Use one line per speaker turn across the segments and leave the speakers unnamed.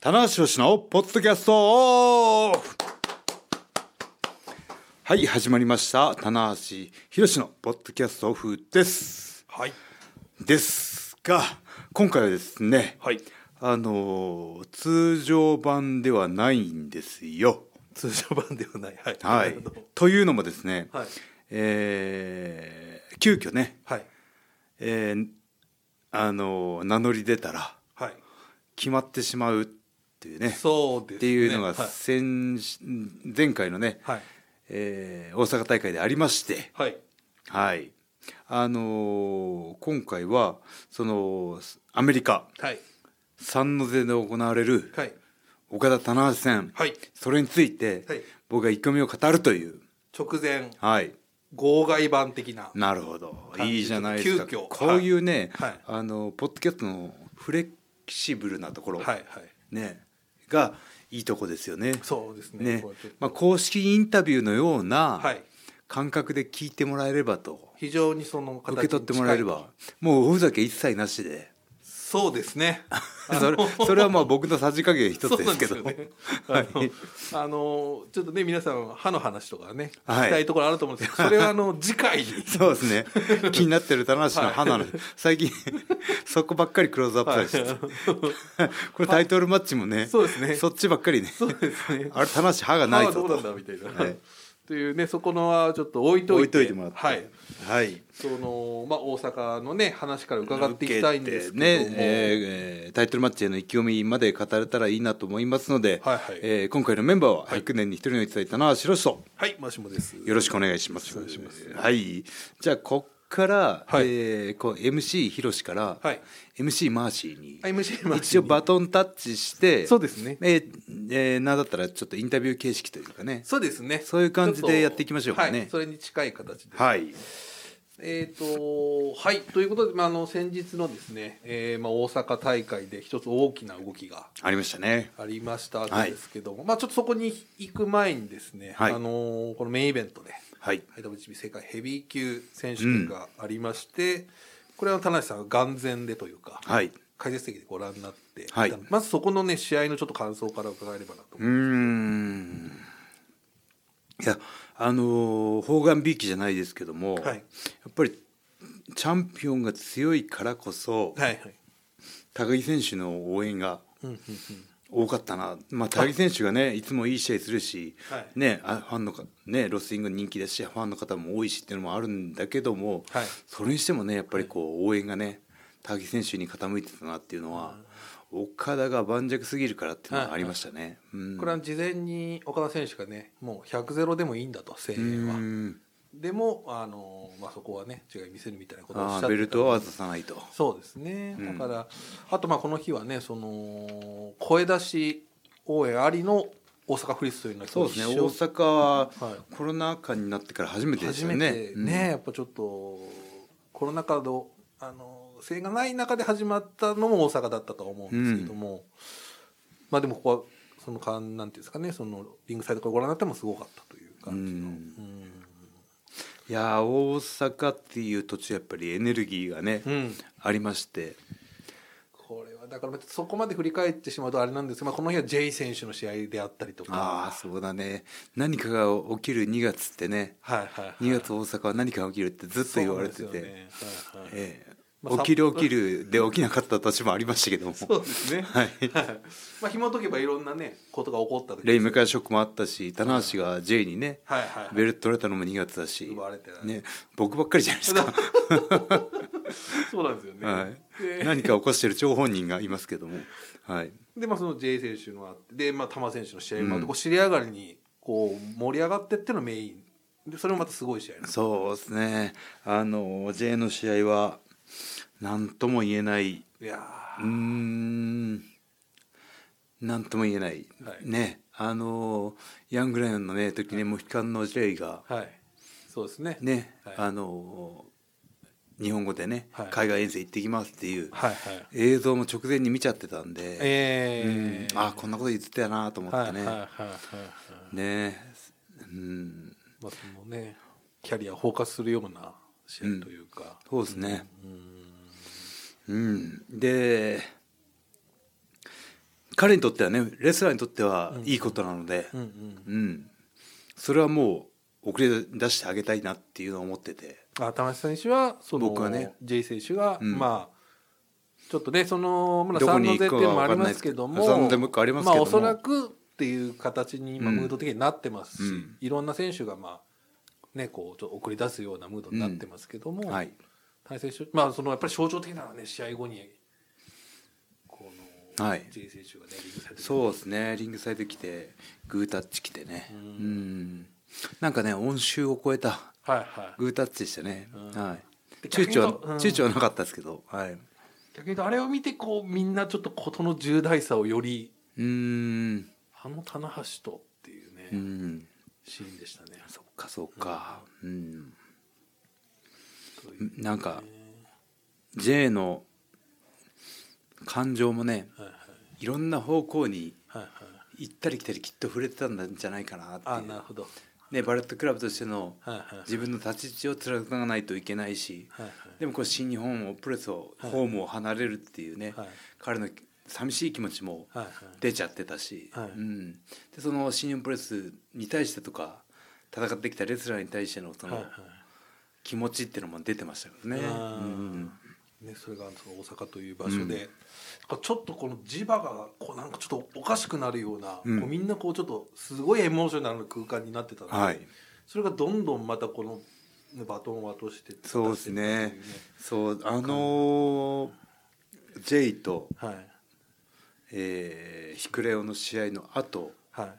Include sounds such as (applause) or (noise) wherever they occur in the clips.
棚橋宏のポッドキャストオフはい始まりました棚橋宏のポッドキャストオフです
はい。
ですが今回はですね、
はい。
あのー通常版ではないんですよ
通常版ではない。はい。
はい
なるほど
というのもですね、
はい。
えー急遽ね、
はい。
えーあのー名乗り出たら
はい。
決まってしまうっていうね
そうです、ね。
っていうのが
はい。
先、前回のね、
はい。
えー大阪大会でありまして、
はい。
はいあのー今回はそのアメリカ
はい。
サンノゼで行われる
はい。
岡田棚橋戦、
はい
それについて、
はい
僕が意気込みを語るという、
直前、
はい、
号外版的な。
なるほど
感じ
いいじゃないですか
急遽
こういうね、
はい
あのポッドキャストのフレキシブルなところ、
はい。はい。
ね、がいいとこですよね。
そうですね。
ね
こうやって
まあ、公式インタビューのよう
は。
ない感覚で聞いてもらえればと、
非常にその形に近い
受け取ってもらえればもうおふざけ一切なしで
そうですね
それそれはまあ僕のさじ加減一つ
そう
で
なん
す
で
け
す
ど
よね
はい
あのあのちょっとね皆さん歯の話とかね
はい
聞きたいところあると思うんですけど、それはあの次回に
そうですね
(laughs)
気になってる棚橋の花の、最近そこばっかりクローズアップされてて、これタイトルマッチもね
そうですね
そっちばっかりね
そうで
(laughs)
すね
あれ棚橋歯がないぞ
あ
と
あどうなんだみたいな。
はい
というねそこのはちょっと置いとい
置い
て
といてもらって
はい、
はい
そのまあ大阪のね話から伺っていきたいんですけど
受
も、
てねえータイトルマッチへの意気込みまで語れたらいいなと思いますので、
はいはい
えー今回のメンバーは100年に一人のいただいたのは白石と
はいマシモです。
よろしくお願いします。はい、じゃあこっから、
はい
えーこう MC ひろしから、
はい
MC マーシーに
はい MC マーシーに
一応バトンタッチして
そうですね
えーえーなんだったらちょっとインタビュー形式というかね
そうですね。
そういう感じでやっていきましょうかね
ちっとはい、それに近い形で。
はい
えっ、とはいということでまああの先日のですね、えー、まあ大阪大会で一つ大きな動きが
ありましたね
ありましたんですけども、まあちょっとそこに行く前にですね、
はい
あのーこのメインイベントで。
はい、
IWGP 世界ヘビー級選手権がありまして、これは田無さんが眼前でというか、
はい、
解説席でご覧になっていた、
はい
まずそこのね試合のちょっと感想から伺えればなと
うーんいやあのー砲丸びいきじゃないですけども、
はい
やっぱりチャンピオンが強いからこそ、
はいはい
高木選手の応援が
うんうん
多かったな、まあ、高木選手がねいつもいい試合するし、
はい
ね、あファンのか、ね、ロスイング人気だしファンの方も多いしっていうのもあるんだけども、
はい
それにしてもねやっぱりこう応援がね高木選手に傾いてたなっていうのは、岡田が盤石すぎるからっていうのがありましたね。う
うんんこれは事前に岡田選手がねもう100ゼロでもいいんだと声援は、
うん
でもあのーまあそこはね違い見せるみたいなことをおっしゃ
あ
っ
ー
て
ベルトは
た
渡さないと。
そうですね、
うん
だからあとまあこの日はねその声出し応援ありの大阪フリスというのは
そうですね。
一緒
大阪は
はい
コロナ禍になってから初めてです
初
よ
め
ね。
てね
うん
やっぱちょっとコロナ禍のあの声援がない中で始まったのも大阪だったとは思うんですけども、まあでもここはその間なんていうんですかねそのリングサイドからご覧になってもすごかったという感じの、
う
うんん
いやー大阪っていう土地はやっぱりエネルギーがね、
うん
ありまして。
これはだからそこまで振り返ってしまうとあれなんですけど、まあ、この日は J 選手の試合であったりと
ああ
か
そうだね。何かが起きる2月ってね。
はいはいはい
2月大阪は何かが起きるってずっと言われて
そうなん
て、
ですよねはいはい
ええ
まあ
起きる起きるで起きなかった年もありましたけども。
(laughs) そうですね
はい。
はいまあ紐解けばいろんなねことが起こった時
レイメカショックもあったし、棚橋が J にね、
はいはいはい
ベルト取られたのも2月だし、
奪われてない
ね、僕ばっかりじゃないですか。
(laughs) そうなんですよね、
はい、
で
何か起こしてる張本人がいますけども、はい、
で、まあ、その J 選手のあってで、まあ、玉選手の試合もあって、こう尻上がりにこう盛り上がってってのメインでそれもまたすごい試合なんです
そうですねあの J の試合は何とも言えないう
いや
ーん何とも言えない、
はい
ねあのヤングライオンのね時にモヒカンの J が
ーはいそうですね
ね、
はい
あの日本語でね、
はい
海外遠征行ってきますっていう
はいはい
映像も直前に見ちゃってたんで、
えー、
うんあーこんなこと言ってたよなと思ってね、
はいはいはいはいはい
ねうん
まあそのねキャリアを包括するような試合というか、
そうですね。うん、で、彼にとってはねレスラーにとってはいいことなので、
うんうん
うんそれはもう送り出してあげたいなっていうのを思ってて
あ玉下選手はその
僕はね
J 選手が、
うん
まあちょっとねその村
ど
さ
こ
んの
に
絶
行
点
くか
も
わ
あ
か
り
んない
ま
ですす
け
け
ど
ど
も
サンデムックありますけども
あおそらくっていう形に今
うん
ムード的になってますし、
うん
いろんな選手がまあねこうちょっと送り出すようなムードになってますけども、
はい
対戦しまあそのやっぱり象徴的なのはね試合後にこの、
はい
J 選手がねリングされて
そうですねリングサイド来てグータッチ来てね
う
うんんなんかね音周を超えた
はいはい
グータッチでしたね、
うん
はい
で
躊躇は
逆に言うとうん
躊躇はなかったですけど、はい、う
逆に言うとあれを見てこうみんなちょっと事の重大さをより
ーん
あの棚橋とっていうね、
うん
シーンでしたね
そっかそっかうん、
という
なんか J の感情もね
はいはい
いろんな方向に
はいはい
行ったり来たりきっと触れてたんじゃないかなって
あ
い
なる
う、
ほど
ね、バレットクラブとしての
はいはい
自分の立ち位置を貫かないといけないし
はいはい
でもこう新日本をプロレスを
はい
ホームを離れるっていうね、
はい
彼の寂しい気持ちも
はいはい
出ちゃってたし、
はい
うん、でその新日本プロレスに対してとか戦ってきたレスラーに対してのそ
はいは
の気持ちっていうのも出てましたからね。
い
うん
うんねそれがその大阪という場所で、なんかちょっとこの磁場がこうなんかちょっとおかしくなるような、
うん
こうみんなこうちょっとすごいエモーショナルな空間になってたので、
はい
それがどんどんまたこの、ね、バトンを渡して
そうですね
出してっ
そうあのー、J と、
たっていうね
えー、ヒクレオの試合の後
はいはい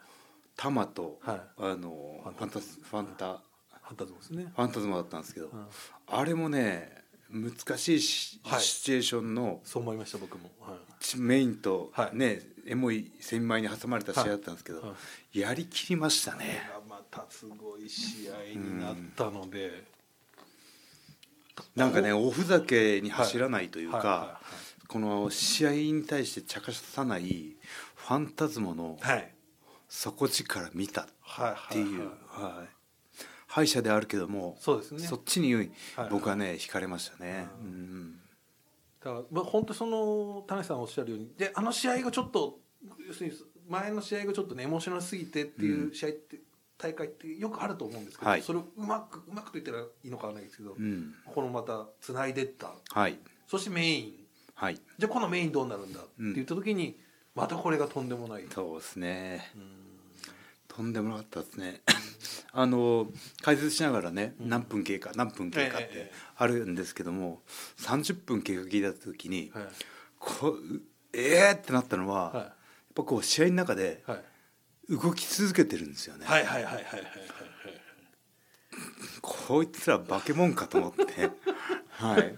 タマと、
はい
あのーファンタスファンタ
ハンタズムですね、
ファンタズマだったんですけど、
うん
あれもね難しいし、
はい
シチュエーションの
そう思いました僕も、はい
メインと、
はい
ねエモい千枚に挟まれた試合だったんですけど、
はいは
やりきりました
これ
ね。
がまたすごい試合になったので、
なんかねおふざけに走らないというか、
はいはいはいは
この試合に対して茶化さないファンタズモの
はい
底力見たっ
はい
ていう、はい敗者であるけども
そうですね
そっちに
はい
僕はね惹かれましたね。
う
うん
だから、まあ、本当その田中さんおっしゃるようにであの試合がちょっと要するに前の試合がちょっとねエモーショナルすぎてっていう試合って、大会ってよくあると思うんですけど、
はい
それをうまくうまくと言ったらいいのかわからないですけど、
うん
このまたつないでった
はい
そしてメイン
はい
じゃあこのメインどうなるんだって
うん
言った時に、またこれがとんでもない。
そうですね
うん
とんでもなかったですね (coughs) あの解説しながらね、何分経過何分経過っ
ええええ
てあるんですけども、30分経過聞いた時に、
はい
こうえーってなったのは、
は
やっぱこう試合の中で
はい
動き続けてるんですよね、
はいはいはいはいはいはい
こいつらバケモンかと思って
(laughs)
はい、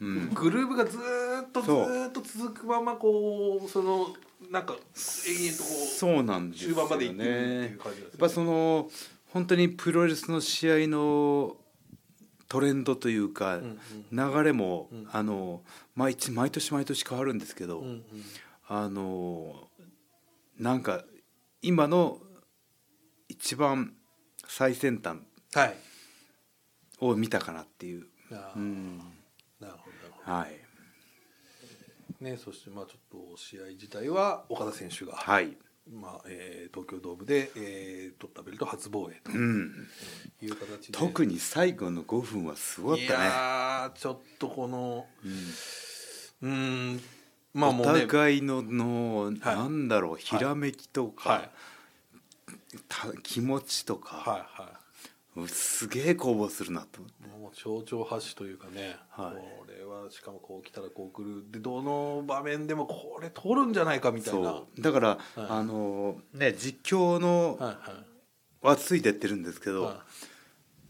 うん、
グルーブがずーっとず
そう
ーっと続くままこうそのなんか永遠とこう
そうなんですよ
終
ね
盤まで行ってるっていう感じな
やっ
んですね
ぱその本当にプロレスの試合のトレンドというか、
ん
流れも、
ん
あの毎日毎年毎年変わるんですけど、
うんうん
あのなんか今の一番最先端
はい
を見たかなっていう、
あ
う
ー
ん
なるほどなるほ
はい
どねそしてまあちょっと試合自体は岡田選手が、
はい、
まあえー東京ドームで、えー取ったベルト初防衛と
うん、
いう形で
特に最後の5分はすごかっ
い
たね。
やーちょっとこの
うん
うーんまあもう
お
ね
互いのの、なんだろうひらめきとか、
はい
た気持ちとか、
はいは
うんすげえ攻防するなと思って
いもう象徴発しというかね、
はい
これはしかもこう来たらこう来るでどの場面でもこれ取るんじゃないかみたいなは
そうだから、
はい
あのね実況の
いはい
はついてってるんですけど、
はい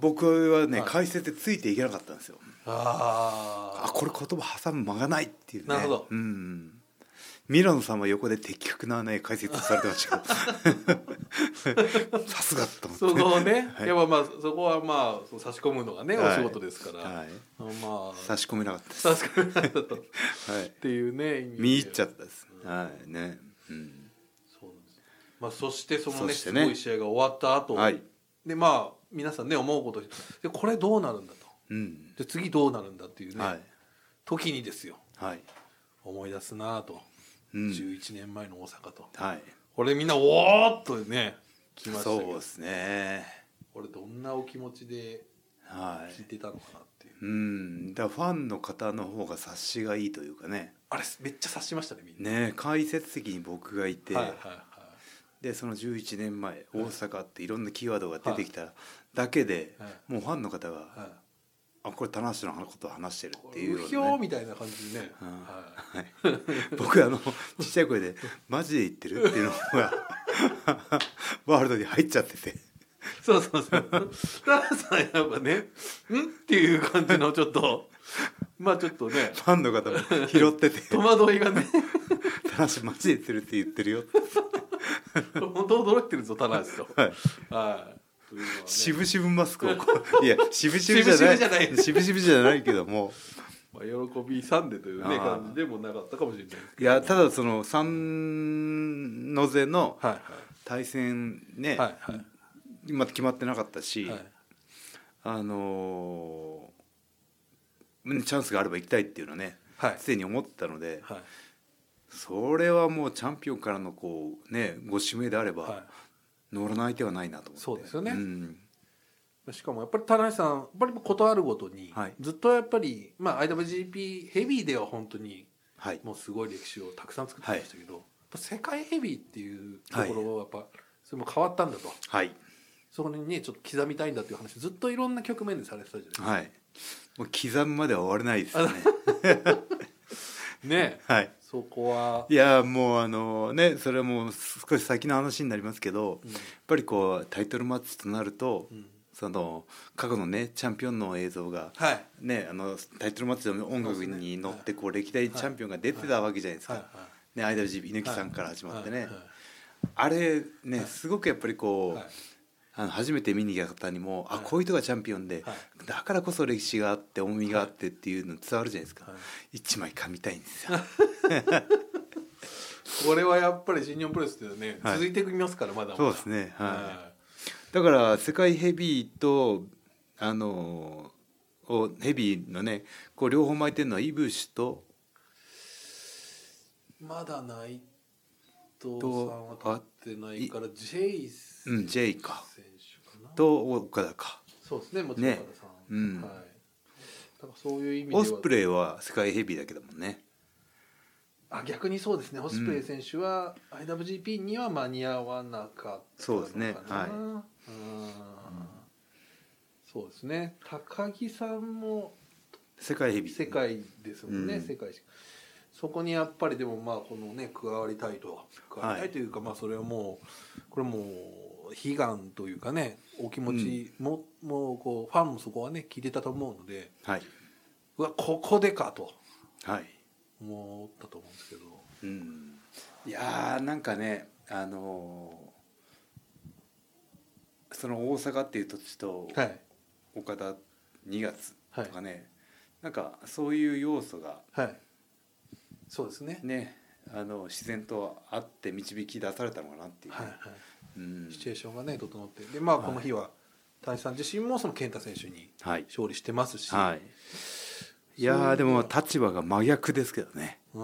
僕はね、
はい
解説でついていけなかったんですよ
あ
あこれ言葉挟む間がないっていうね
なるほど
うんミラノさんは横で的確なね解説されてま
(laughs)
したけどさすがと思って
そこをね、
(laughs) はい
やっぱまあそこはまあその差し込むのがね、
はい
お仕事ですから、
はい
あまあ
差し込めなかったです、
差し込むだとっ
はい、
てい
(laughs)
うね意味で
見入っちゃったです、はいね、うん、
そうなんです、まあ、そしてそのね
そし
す
てね
ごい試合が終わった後、
はい
でまあ皆さんね思うことでこれどうなるんだと
うん
で次どうなるんだっていうね、
はい
時にですよ
はい
思い出すなぁと
うん
11年前の大阪と、
はい
これみんなおーっとね来ました
そう
けど
ですね
これどんなお気持ちで
は
聞い
い
てたのかなっていう、
うんだからファンの方の方が察しがいいというかね
あれめっちゃ察しましたねみんな、
ね解説席に僕がいて、
はいはいはい
でその11年前大阪っていろんなキーワードが出てきただけで、
は
もうファンの方が
はい
あこれ棚橋のことを話してるっていう
無
よう
表
なね、
みたいな感じでね、
うん
は
僕あのちっちゃい声で「マジで言ってる?」っていうのがワールドに入っちゃってて
い、 (laughs) そうそうそうタラさんやっぱね (laughs) 「ん?」っていう感じのちょっとまあちょっとね
ファンの方も拾ってて
戸惑いがね
「棚橋マジで言ってる?」って言ってるよって
本当驚いてるぞ田中と。
はい
はいというのはね
渋々マスクをこ
(laughs)
ういや渋々じゃない
渋々じゃない
渋々じゃないけども
まあ、喜びさんでというね
あー
感じでもなかったかもしれない
いやただその三の瀬の
はい
対戦ね、
はいはい
まだ決まってなかったし、
はい
あのーねチャンスがあれば行きたいっていうのはね
はい
常に思ってたので
はい
それはもうチャンピオンからのこうねご指名であれば、
は
乗らない手はないなと思って
そうですよね
ん
いしかもやっぱり田中さんやっぱりことあるごとに、
はい
ずっとやっぱり、まあ、IWGP ヘビーでは本当に
はい
もうすごい歴史をたくさん作ってきましたけど、やっぱ世界ヘビーっていうところはやっぱ、それも変わったんだと
はい
そこにねちょっと刻みたいんだっていう話ずっといろんな局面でされてたじゃないですか、
はいもう刻むまでは終われないですね
ねえ
はい
そこはい
やもうあのねそれはもう少し先の話になりますけど、
うん
やっぱりこうタイトルマッチとなると、
うん
その過去のねチャンピオンの映像が、
はい
ね、あのタイトルマッチの音楽に乗ってこう歴代チャンピオンが出てたわけじゃないですか、
はい
ね、IWGP 猪木さんから始まってね、
はいはい
あれね、すごくやっぱりこう、
はい
あの初めて見に来た方にも、あこういう人がチャンピオンで、
はい
だからこそ歴史があって重みがあってっていうの伝わるじゃないですか、
はい
一枚噛みたいん
(laughs)
ですよ
これはやっぱり新日本プロレスっていうのはね、
はい
続いていきますからまだまだ
そうですねはい
は
だから世界ヘビーとあのをヘビーのねこう両方巻いてるのはイブシと
いまだ内藤さんは勝ってないからジェイス
うんジェイか
選手かな、
と岡田か
そうですねもちろん
ね
岡田さん、
うん
はいだからそういう意味では
オスプレイは世界ヘビーだけだもんね
あ逆にそうですねオスプレイ選手は IWGP には間に合わなかったのかな
そうですねはい
うんそうですね高木さんも
世界ヘビー
世界ですもん
う
ね、
ん
世界しそこにやっぱりでもまあこのね加わりたいと加わりたいというか、まあそれはもうこれもう悲願というかねお気持ちも、もうこうファンもそこはね聞いてたと思うので
はい、
うわここでかと
はい
思ったと思うんですけど
うん、いやーなんかねあのーその大阪っていう土地と
はい
岡田2月とかね、なんかそういう要素が
はいそうですね
ねあの自然とあって導き出されたのかなっていうね、
はいは
うん
い、シチュエーションがね整ってでまあこの日は大志さん自身もその健太選手に
はい、
勝利してますし、
はい、いやーでも立場が真逆ですけどね
あ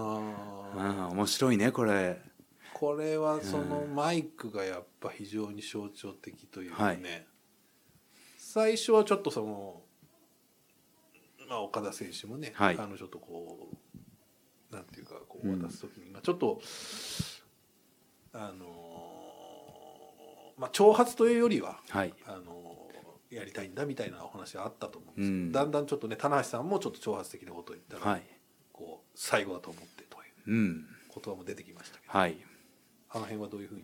ー
うん面白いねこれ
これはそのマイクがやっぱ非常に象徴的というか
は
ね、
い
最初はちょっとその、まあ、岡田選手もね、
はい
あのちょっとこうなんていうかこ
う
うん渡す時に、まあ、ちょっとあのーまあ挑発というよりは
はい
あのーやりたいんだみたいなお話はあったと思うんですけど、
うん
だんだんちょっとね棚橋さんもちょっと挑発的なことを言ったら、
はい
こう最後だと思ってとい
う
う
ん
言葉も出てきましたけど
はい
あの辺はどういうふうに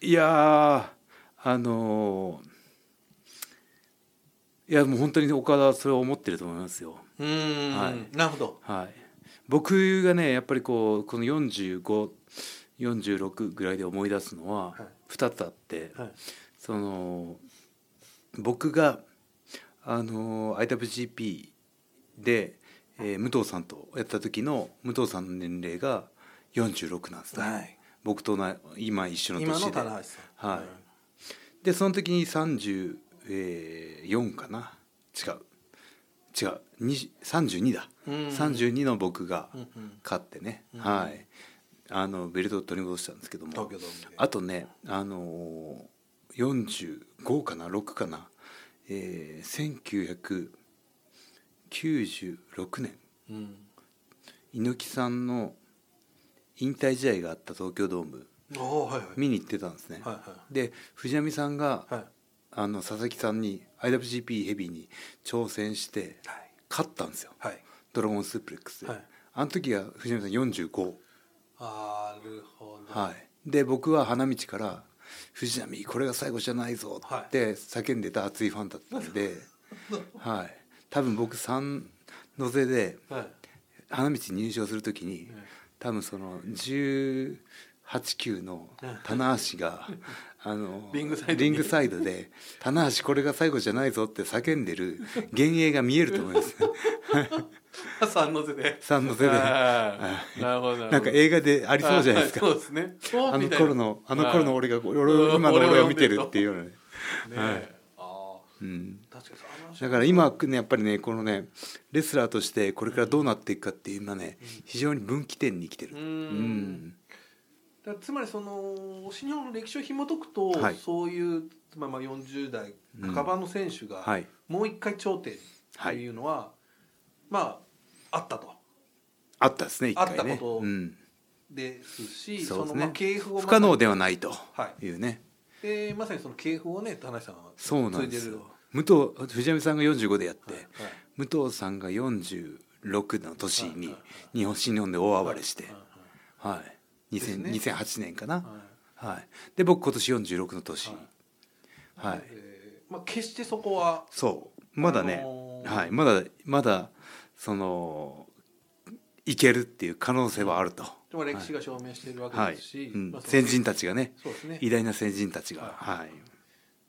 いやーあのーいやもう本当に岡田はそれを思ってると思いますよ。
うーん、
はい
なるほど。
はい、僕がねやっぱりこうこの4546ぐらいで思い出すのは
はい
2つあって、
はい。
その僕があの IWGP で、えー武藤さんとやった時の武藤さんの年齢が46なんですね、
はい
僕とな今一緒の年で
今の棚橋さん。
はいでその時に34かな違う違う20 32だ、
うん
32の僕が
うんうん
勝ってね、
うん
はいあのベルトを取り戻したんですけど
東
も
京ドームで
あとねあのー、45かな6かな、えー、1996年
うん
猪木さんの引退試合があった東京ドーム
ああはいはい
見に行ってたんですね、
はいは
で藤波さんが、
いはい
あの佐々木さんに IWGP ヘビーに挑戦して勝ったんですよ
はい
ドラゴンスープレックスで、
はい
あの時が藤波さん45
あなるほど
はい、で僕は花道から「藤波これが最後じゃないぞ」って叫んでた熱いファンだったん
(laughs)
で、はい、多分僕三の瀬で
はい
花道入場する時に
うん
多分その1 8球の棚橋があの
リングサイドに
リングサイドで「棚橋これが最後じゃないぞ」って叫んでる幻影が見えると思います
(laughs) 三の瀬で
三の瀬で
あーなるほどるほど
なんか映画でありそうじゃないですか
あーそうですね
あの頃のあの頃の
俺
俺が俺を今の俺を見てるっていうようなね、
ね
は
え
い
あ
うん、
あ確かにあの人
だから今はねやっぱりねこのねレスラーとしてこれからどうなっていくかっていう今ね非常に分岐点に来てる
うー
うんん
だからつまりその新日本の歴史を紐解くと、
はい
そういうまあまあ40代
うん
半ばの選手が、
はい
もう一回頂点っていうのは、まああったと
あったですね一
あ
回
った
ね
こと
うん
ですし
そうですね
のまあ系譜を
不可能
で
ではないと
は
いうね
でまさにその系譜をね田中さんは
そうなんで
継い
す
る
よ武藤藤波さんが45でやっ
はい
て武藤さんが46の年
はいはい
に
はい
日本新日本で大暴れして
はいはい
はい
です
2000
ね
2008年かな
はい
はいで僕今年46の年
はい
はい
えーまあ、決してそこは
そうまだね、
あのー
はいまだまだそのいけるっていう可能性はあると、
でも歴史が証明しているわけ
はい
ですし、
うん
まあその
先人たちがね
そうですね
偉大な先人たちがはい
なる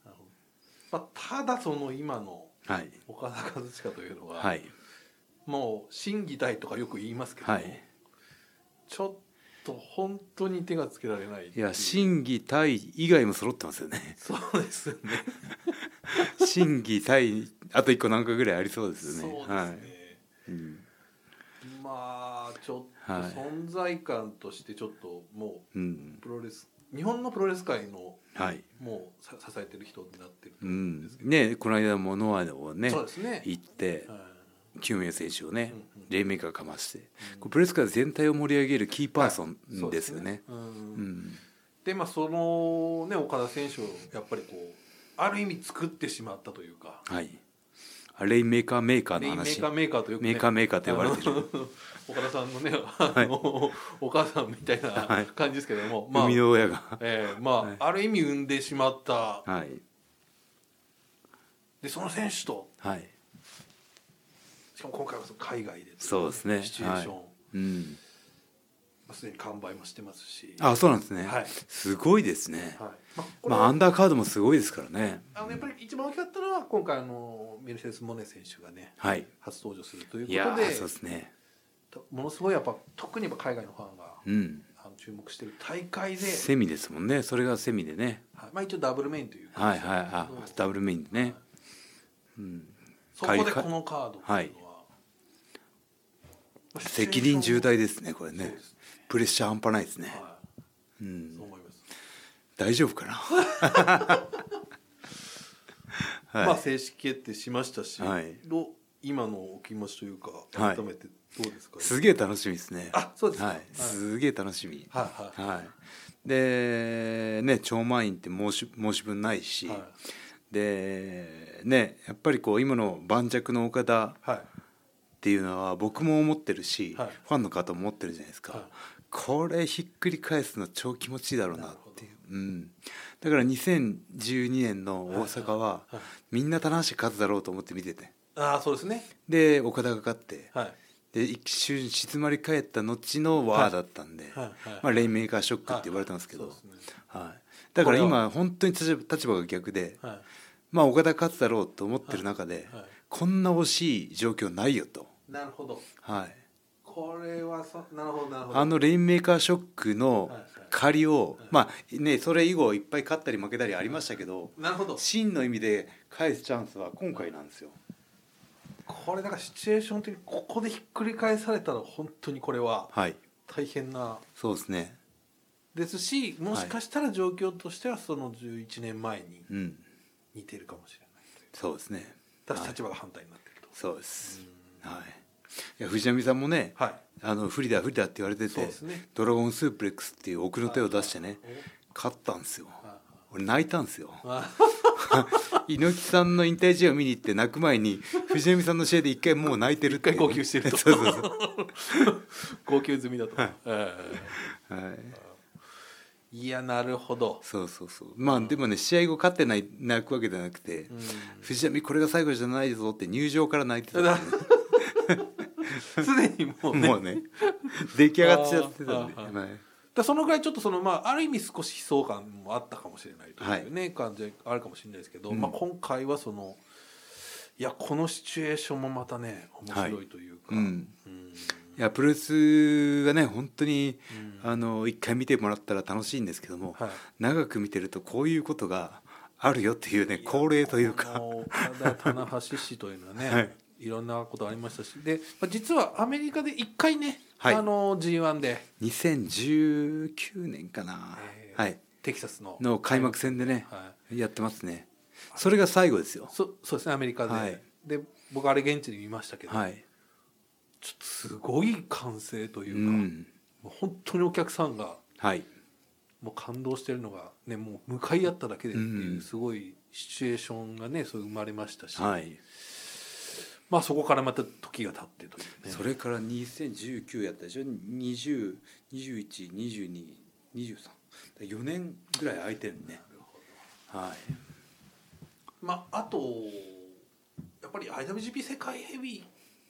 ほどまあ、ただその今の
はい
岡田和親というのは、
はい
もう審議体とかよく言いますけども、
はい
ちょっと本当に手がつけられない
いや審議対以外も揃ってますよ
(laughs)
ね
そうですね
審議対あと一個何個ぐらいありそうです
そうです
よね、
ね
はいうん
まあちょっと
はい
存在感としてちょっとも
うん
うプロレス日本のプロレス界の
はい
もうさ支えてる人になってると
う
思うんで
ん
すけど、
ねこの間もノアをね
そうですね、
行って
はい
救命選手をね、
うんうん
黎明がかまして、
ん
こうプロレス界全体を盛り上げるキーパーソン
そう
ですよね。
うん
うん
でまあそのね岡田選手をやっぱりこうある意味作ってしまったというか
はい。あレインメーカーメーカー
レ
の
インメー
話。
カーメーカーとよく、ね、
メーカーメーカーと呼ばれてる
あの (laughs) 岡田さんのねあの、お母さんみたい
は
ない感じですけど
生
も、
み
まあ、
の親が。
えーまあ
はい
ある意味生んでしまった
はい。
でその選手と
はい。
しかも今回はその海外で
そうですね
シチュエーション、
はうん。
まあすでに完売もしてますし
あ、そうなんですね。
はい
すごいですね。
はいまあこれ
まあアンダーカードもすごいですからね。
あのやっぱり一番大きかったのは今回あのメルセデス・モネ選手がね
はい。
初登場するというこ
いや
とで
ーそうですね。
ものすごいやっぱ特にやっぱ海外のファンが
うん。
あの注目してる大会で、
セミですもんね。それがセミでね。
はいまあ、一応ダブルメインというか
はいはい。あ、ダブルメインでね。うん。
そこでこのカードっていうのは、まあ
責任重大ですね。これ
そう
ね
で。す
プレッシャー半端ないです
ね
ね。
は
う
い、
ん
そう。思います、
大丈夫
(laughs)
かな。
ま
は
あ
い。
正式決定しましたし、
はい
どう今のお気持ちというか
はい
改めてどうですか、
すげえ楽しみですね。
あそうですか
はい、すげえ楽しみ。
はいはい
はい、でね超満員って申し申し分ないし、
はい
でねやっぱりこう今の盤石の岡田っ
はい
ていうのは僕も思ってるし、
はい
ファンの方も思ってるじゃないですか、
はい
これひっくり返すの超気持ちいいだろうなっていう、うん、だから2012年の大阪は、
はい
みんな棚橋勝つだろうと思って見てて
ああそうですね
で岡田が勝って、
はい
で一瞬静まり返った後の和だったんで、
はいはい
まあ、レインメーカーショックって言われたんですけど、
は
はいい
そうですね
だから
これ
今本当に立場立場が逆で、
はい
まあ、岡田勝つだろうと思ってる中で、
はいはい
こんな惜しい状況ないよと、
なるほど
はい、
これはそなるほどなるほど
あのレインメーカーショックの
はいはい
借りを、まあね、それ以後いっぱい勝ったり負けたりありましたけど、
なるほど
真の意味で返すチャンスは今回なんですよ。
これだからシチュエーション的にここでひっくり返されたら本当にこれは
はい
大変な
そうですね
ですしもしかしたら状況としてはその11年前に
うん
似てるかもしれない
そうですね
だし立場が反対になってると
そうですはいいや藤波さんもね
はい
あの不利だ不利だって言われて
そう
て
ですね
ドラゴンスープレックスっていう奥の手を出してね
はい
勝ったんですよ
はい
俺泣いたんですよ (laughs)
あ
猪木さんの引退試合を見に行って泣く前に藤波さんの試合で一回もう泣いてるっていう
一回号泣してる
(laughs)
と
そうそうそう
号泣済みだと、え
はい、
えいやなるほど、
そうそうそうまあでもね試合後勝ってない泣くわけじゃなくて、
うん
藤波これが最後じゃないぞって入場から泣いてたん
だ (laughs)
で
すでにもうね
もうね (laughs) 出来上がっちゃってたんで
あーあー
はい
だそのぐらいちょっとそのまあある意味少し悲壮感もあったかもしれないというね、感じあるかもしれないですけど、
うん
まあ今回はそのいやこのシチュエーションもまたね面白いというか、
はいうん
うん
いやプロレスはね本当に、
うん
あの一回見てもらったら楽しいんですけども、
はい
長く見てるとこういうことがあるよっていうね恒例という
こ
か
の岡田棚橋氏というのはね、
はいい、
ろんなことありましたしでまあ実はアメリカで一回ね、
はい
あの G1 で、
2019年かな、
えー
はい
テキサスの
の開幕戦でね、
は
やってますねそれが最後ですよ
い、そそうですねアメリカで、
はい
で僕あれ現地で見ましたけど、
はい、
ちょっとすごい歓声といううか、
ん、
もう本当にお客さんが
はい
もう感動してるのが、ね、もう向かい合っただけでっていううんすごいシチュエーションがねそう生まれましたし、
はい
まあ、そこからまた時が経ってというね
それから2019やったでしょ20212223年ぐらい空いてるねはい
まあ、あとやっぱり IWGP 世界ヘビ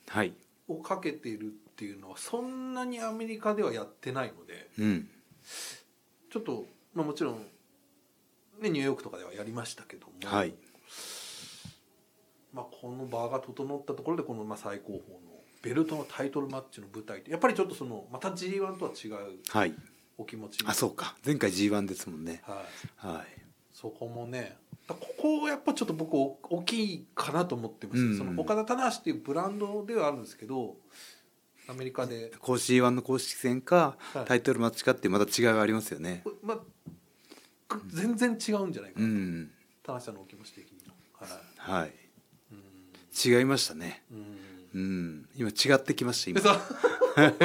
はい
ーをかけているっていうのはそんなにアメリカではやってないので
うん
ちょっと、まあ、もちろん、ね、ニューヨークとかではやりましたけども、
はい
まあ、この場が整ったところでこのまあ最高峰のベルトのタイトルマッチの舞台ってやっぱりちょっとそのまた g 1とは違う
はい
お気持ち
あそうか前回 G1 ですもんね
はい、
はい
そこもねだここをやっぱちょっと僕お大きいかなと思ってます、
うん
その岡田棚橋っていうブランドではあるんですけどアメリカで、
公式1の公式戦か
はい
タイトルマッチかってまた違いがありますよね
これまあ、く全然違うんじゃないか
う
な、
ん
棚橋のお気持ち的には、はい
はい
うん
違いましたね
う
う
ん
ん今違ってきました
で
今
さ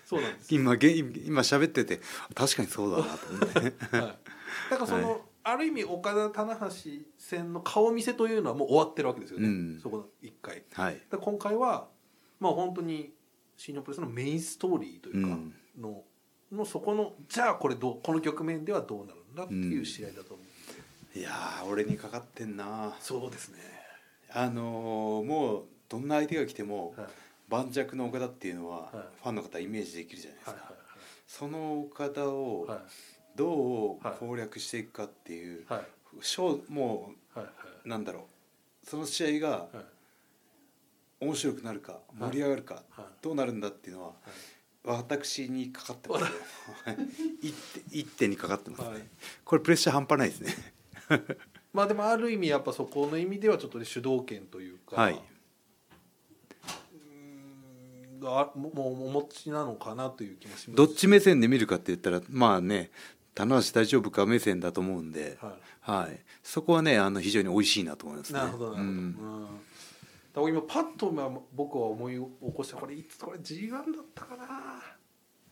(laughs) そうなんですよ
今げ今喋ってて確かにそうだなと思って (laughs)
はい、だからその、
はい
ある意味岡田棚橋戦の顔見せというのはもう終わってるわけですよね、
うん
そこの一回
はい
だから今回はまあ本当に新日本プロレスのメインストーリーというか
うん
の,、のそこのじゃあこれどうこの局面ではどうなるんだっていう試合だと思う、
いやー俺にかかってんな
そうですね、
あのーもうどんな相手が来ても
はい
盤石の岡田っていうのは
はい
ファンの方イメージできるじゃないです
は
か、
い
その岡田を
はい
ど
はいう
攻略していくかっていう、
はいはい
勝も
はいは
うなんだろうその試合が
いはい
面白くなるか
い
盛り上がるか、
はい
どうなるんだっていうのは私にかかって
(laughs)
ますね一手一手にかかってますね、
はい
これプレッシャー半端ないですね
まあでもある意味やっぱそこの意味ではちょっとね主導権というか、
はい
うんがももうお持ちなのかなという気もします
どっち目線で見るかって言ったらまあね棚橋大丈夫か目線だと思うんで、
は
はい、そこはねあの非常に美味しいなと思います
い、
ね。
なるほどなるほど、う
うんん
だから今パッとまあ僕は思い起こしたこれいつこれ G1 だったかな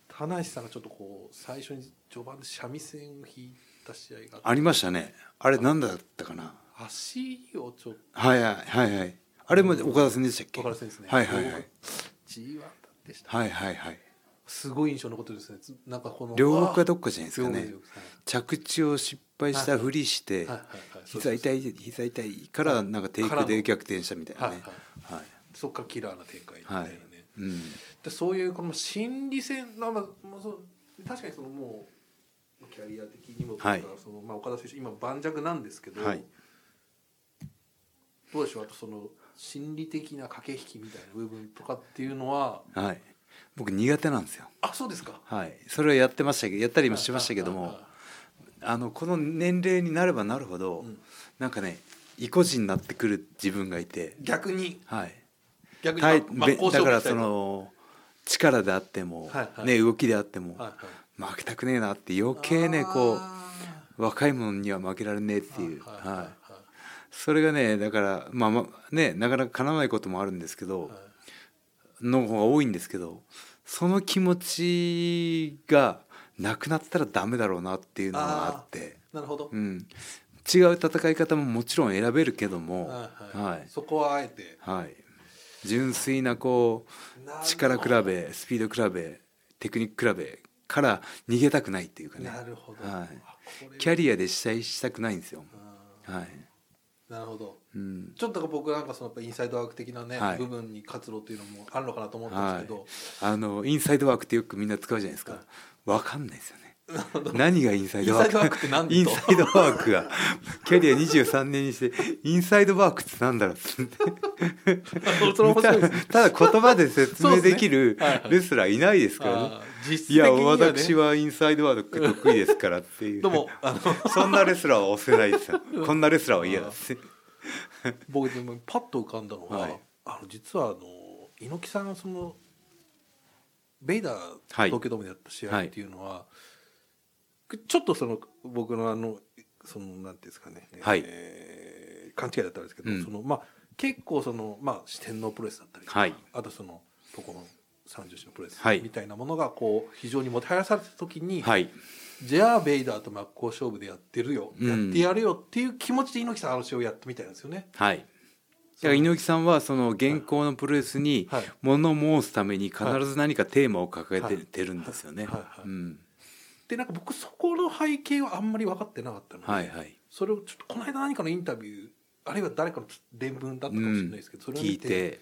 棚橋さんがちょっとこう最初に序盤で三味線を弾いた試合があっ
ありましたねあれ何だったかな
た足をちょっ
はいはいはいはいあれも岡田さんでしたっ
と
け
分かるせですね
はいはいはい
G1 だでした
はいはいはい
すごい印象のことですねつなんかこの
両国はどっかじゃないですか
あー
ね
両国はい
着地を失敗したふりして
はいはいはい
膝痛い膝痛いからなんかテイクで逆転したみたいなねはい
そっからキラーな展開みたい
は
ないね、
うん
でそういうこの心理戦まあまあまあそう確かにそのもうキャリア的にもとか、
はい
そのまあ、岡田選手今盤石なんですけど、
はい
どうでしょうあとその心理的な駆け引きみたいな部分とかっていうのは
はい僕苦手なんですよ
あそうですか
はいそれはやってましたけどやったりもしましたけど
はい
も
はいはい
あのこの年齢になればなるほど
うん
なんかね意固地になってくる自分がいて、
逆に
はい、
逆に
体
真っ
べ
向
だか
勝負
ら
したい
そ
と
の力であっても、
はいはい
ね、動きであっても、
はいはい
負けたくねえなって余計ねこ
あ
う若いものには負けられねえっていう、
ー
はい
はいはいは
それがねだから、まあまあね、なかなか叶わないこともあるんですけど、
いはい
の方が多いんですけどその気持ちがなくなったらダメだろうなっていうのがあって
なるほど、
うん、違う戦い方ももちろん選べるけども、
はい
は
はいい、そこはあえて
はい、純粋なこ
なるほ
う
ど
力比べスピード比べテクニック比べから逃げたくないっていうかね
なるほど、
は
あこれ
い、キャリアで試合したくないんですよ。
あ
はい
ーなるほど
うん、
ちょっと僕なんかそのやっぱインサイドワーク的なね、
はい
部分に活路っていうのもあるのかなと思ったんですけど、
あのインサイドワークってよくみんな使うじゃないですか
はい
わかんないですよね何がインサイドワークイ
イ
ン
ン
サ
サ
イドワークがキャリア23年にしてインサイドワークってなんだろうって
(laughs) それ面白いですね
ただ言葉で説明できる
そうですねはいはい
レスラーいないですからね
あー実質
い
的に
や
は、ね、
私はインサイドワーク得意ですからっていう
どうもあの
(laughs) そんなレスラーは押せないですよこんなレスラーは嫌だって
僕でもパッと浮かんだのが、
はい
あの実はあの猪木さんがそのベイダー
はい
東京ドームでやった試合っていうのは、ちょっとその僕のあのそのなんていうんですかね、
はい
えー勘違いだったんですけど、
うん
そのまあ結構そのまあ四天王プロレスだったりとか、
はい
あとそのとこの三十種のプロレス
はい
みたいなものがこう非常にもてはやされた時に、
はい
じゃあベイダーと真っ向勝負でやってるよ、
うん
やってやるよっていう気持ちで猪木さんあの試合をやってみたいなんですよね。
はいだから猪木さんはその現行のプロレスに
はい
物申すために必ず何かテーマを掲げててるんですよね
はいはいはい
うん
でなんか僕そこの背景はあんまり分かってなかったので、
はいはい
それをちょっとこの間何かのインタビューあるいは誰かの伝聞だったかもしれないですけど、それを
聞
見
いて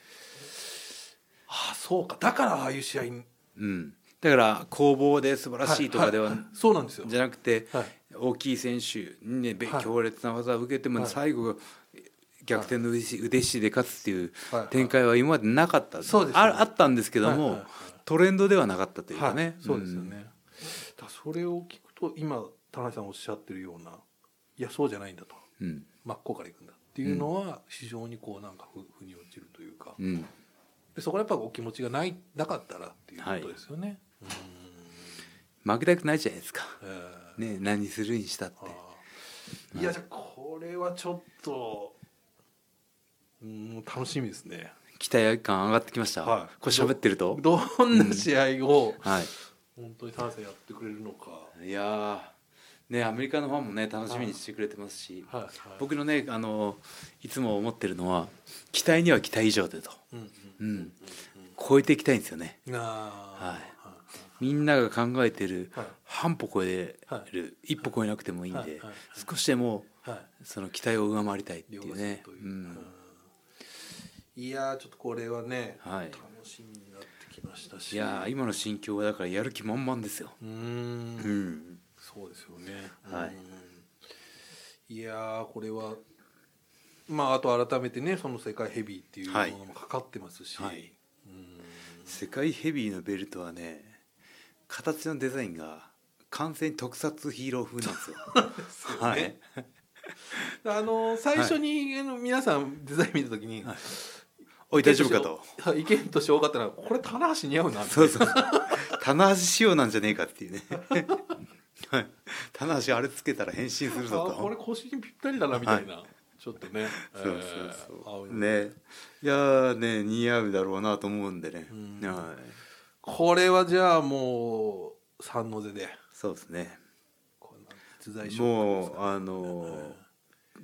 ああそうかだからああいう試合に
うんだから攻防で素晴らしいとかでは
はそうなんですよ
じゃなくて
はい
大きい選手にねべ
はい
強烈な技を受けても
はい
最後逆転の腕ひし腕ひしで勝つっていう
はい
展開は今までなかった
そうですね
ああったんですけど
はいはい
も
はい
トレンドではなかったというか
はい
ね
そうですよね、だからそれを聞くと今田中さんおっしゃってるようないやそうじゃないんだと
うん
真っ向からいくんだっていうのは非常にこうなんかふ腑に落ちるというか、
うん
でそこはやっぱお気持ちがないなかったらっていうことですよね。
負けたくないじゃないですか
うーんえ
ね
ー
何するにしたって
あーいやじゃあこれはちょっとうーん楽しみですね
期待感上がってきましたこ
はい
れ喋ってると
どんな試合を
はい
本当に田中さんやってくれるのか、
いやーねアメリカのファンもね楽しみにしてくれてますし
はいはい、
僕のねあのいつも思ってるのは期待には期待以上でと、
うんうん
うん、超えていきたいんですよね
あ
みんなが考えてる
はい
半歩超え
は
る一歩超えなくてもいいん
はい
で
はいはい
少しでも
ーはい、はい
その期待を上回りたいってい
凌駕
う
する
ね
といううんんいやーちょっとこれはね、
はい
楽しみになってきましたし
いやー今の心境はだからやる気満々ですよ
うーん
うん
そうですよね。
はい
うん。いやーこれはまああと改めてねその世界ヘビーっていう
はい
ものもかかってますし、
はい
うん
世界ヘビーのベルトはね形のデザインが完全に特撮ヒーロー風なんですよ
よねあの最初に、あの皆さんデザイン見た時に、
おい大丈夫かと
はい意見として多かったのはこれ棚橋似合うなって
そうそうそう棚橋仕様なんじゃねえかっていうねはい棚橋あれつけたら変身するぞ
あこれ
と
腰にぴったりだなみたいな、ちょっとね
そうそう
えー
そ
青いうの
ねいやーね似合うだろうなと思うんでね
うん
はい
これはじゃあもう三の瀬で
そうですね
こんな実在
もうあのー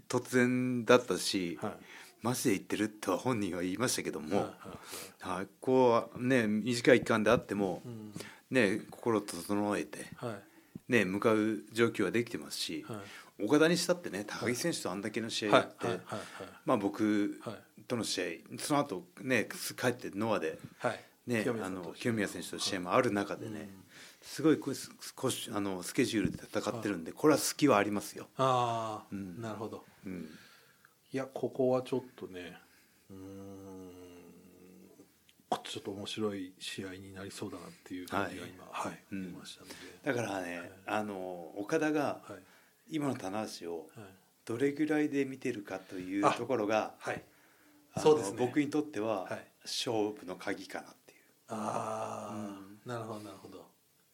突然だったし、
はい
マジで言ってるとは本人は言いましたけども、
はいはいはい
はい、こうね短い期間であっても、
うん
ね心整えて、
はい
ね、向かう状況はできてますし、
はい
岡田にしたってね高木選手とあんだけの試合
は
や
い
って、
はいはい
まあ、僕
はい
との試合その後ね帰ってノアで、
はい
ね、
清宮
あ
さんと
の清宮選手との試合もある中でね、すごいこうす少しあのスケジュールで戦ってるんでこれは隙はありますよ。
ああ、
ん
なるほど
うん
いやここはちょっとねうーんこちょっと面白い試合になりそうだなっていう感じが今はい、
うん
出ましたので、
だからね、あの岡田が
はい
今の棚橋を
はい
どれぐらいで見てるかという
あ
ところが
はい
あの
そうですね
僕にとっては
はい
勝負の鍵かなっていう、
ああ、なるほどなるほど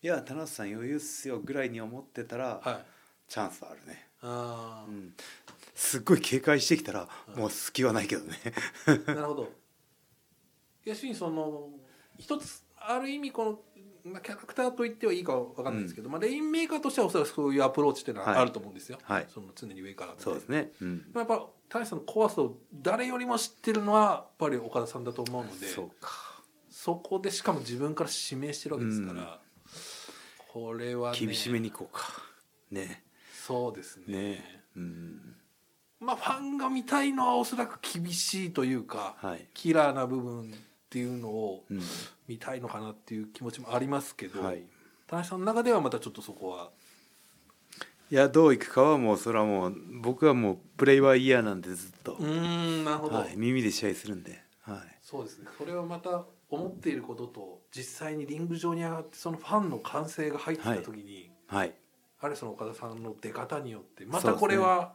い、や田中さん余裕っすよぐらいに思ってたら、
はい
チャンスはあるね、
あ
うん、すっごい警戒してきたらもう隙はないけどね
あ、なるほど要するにその一つある意味このまあキャラクターと言ってはいいかわかんないですけど、まあ、レインメーカーとしてはおそらくそういうアプローチっていうの
はい
はあると思うんですよ、
はい
その常に上から見
(laughs)
て
そうですね、うん、
まあやっぱ田中さんの怖さを誰よりも知ってるのはやっぱり岡田さんだと思うので
そうか
そこでしかも自分から指名してるわけですから、
うん
これは、ね、
厳しめにいこうかね
そうですね
ねうん
まあファンが見たいのはおそらく厳しいというか、
はい
キラーな部分っていうのを
うん
見たいのかなっていう気持ちもありますけど、
はい
田中さんの中ではまたちょっとそこはい
やどういくかはもうそれはもう僕はもうプレイはイヤーなんでずっと
う、ーんなるほど、
はい、耳で試合するんで、はい、
そうですねそれはまた思っていることと実際にリング上に上がってそのファンの歓声が入ってた時に、
はい、
あるその岡田さんの出方によってまたこれは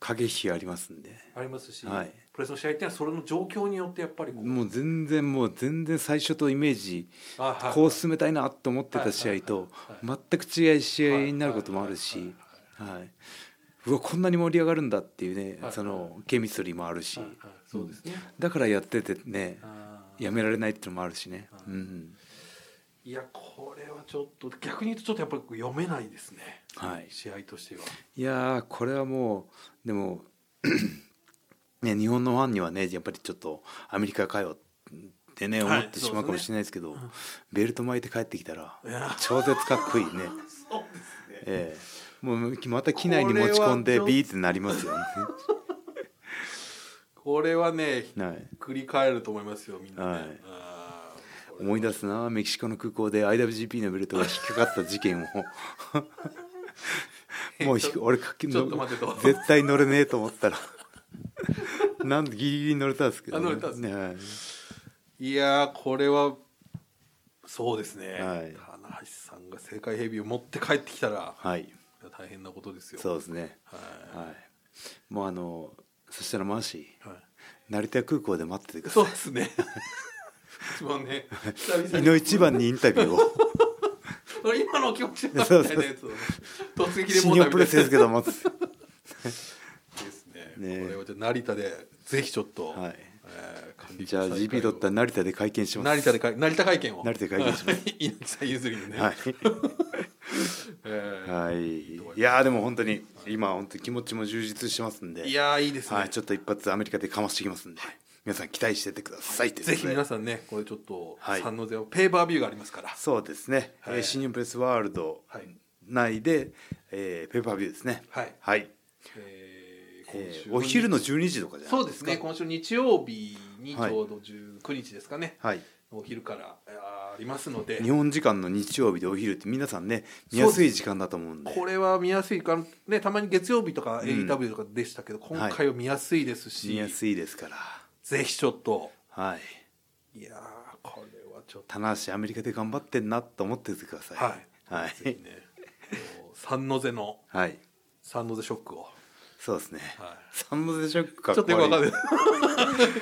駆け引きありますんで
ありますし
はい
プロレスの試合っていうのはそれの状況によってやっぱりこう
もう全然もう全然最初とイメージ
あはい
こう進めたいなと思ってた試合と
はい
全く違う試合になることもある
はいは
し
い、
はい、うわこんなに盛り上がるんだっていうね
はい
そのケミストリーもあるし
はいはいそうですね、
だからやっててね
あー
やめられないっていうのもあるしね
はい
うん
いやこれはちょっと逆に言うとちょっとやっぱり読めないですね、
はい
試合としては。
いやーこれはもうでも (clears throat) ね日本のファンにはねやっぱりちょっとアメリカかよってね
はい
思ってしまうかもしれないですけど、
そうですね
ベルト巻いて帰ってきたら
いや
超絶かっこいいね、
そうですね
ええ、もうまた機内に持ち込んで
これはちょ
ビーってなりますよ
(laughs)
ね。
これはね
はい
繰り返ると思いますよみんなね。
はい
あー
思い出すなメキシコの空港で IWGP のベルトが引っかかった事
(laughs)
件をもうひ俺かけ
ちょっと待ってと
絶対乗れねえと思ったらなんでギリギリ乗れたんですけど、
あ乗れたんです
ねはい
いやーこれはそうですね、
はい
棚橋さんが世界ヘビーを持って帰ってきたら
はい、
いや大変なことですよ。
そうですね。
は
はい。もうあのそしたらマーシ
いは
ー成田空港で待っててくだ
い、(laughs)
さ
そうですね一番ね久々
い。胃
に
の一番にインタビ
(laughs)
ューを
今のお気持ちだったみたいなやつをね突撃で
新
も
日
う
本プロレスですけど待つ。
ですね。
ね
これはじゃあ成田でぜひちょっと、
はい
えー管理
じゃあ GP 取ったら成田で会見します。
成田でかい成田会見を。
成田会見します
(laughs) 猪木さん譲りにね。
はい。
えー
はい。いやーでも本当に今本当に気持ちも充実してますんで。
いやーいいですね。
はい。ちょっと一発アメリカでかましてきますんで、皆さん期待しててくださいということ
ぜ
で。
ひ皆さんねこれちょっと
はい
三のゼロペーパービューがありますから。
そうですね。
はい
えー新日本プロレスワールド
はい
内で、えーペーパービューですね。
はい
はい。
えー
えー
今週
お昼の12時とかじゃな
そ
いう
ですね。今週日曜日にちょうど十九日ですかね。
はい。
お昼からえーありますので
日。本時間の日曜日でお昼って皆さんね見やすい時間だと思うんで
これは見やすいかねたまに月曜日とか
うん
AEW とかでしたけど、今回は見やすいですし、
見やすいですから
ぜひちょっと
はい
いやーこれはちょっ
棚橋アメリカで頑張ってんなと思っててください
はい
は
と
い
ね、 (laughs) もう三の瀬の
はい
三の瀬ショックを、
そうですね
は
三の瀬ショックか
い、
っ
ちょっとよくわ
(laughs)
かん
こい
ない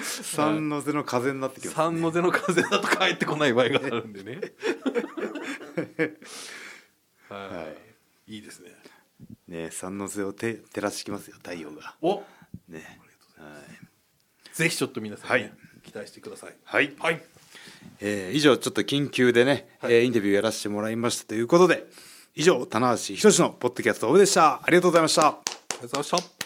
三の瀬の風になってきます
(laughs) 三の瀬の風だと帰ってこない場合があるんでね (laughs) はい、、
はい
いですね
ね三の瀬をて照らしてきますよ太陽が
お
ねはい
ぜひちょっと皆さん、ね
はい
期待してください
はい
はい
えー以上ちょっと緊急でね、えーインタビューやらせてもらいましたということで以上棚橋宏のポッドキャストオブでしたありがとうございました
ありがとうございました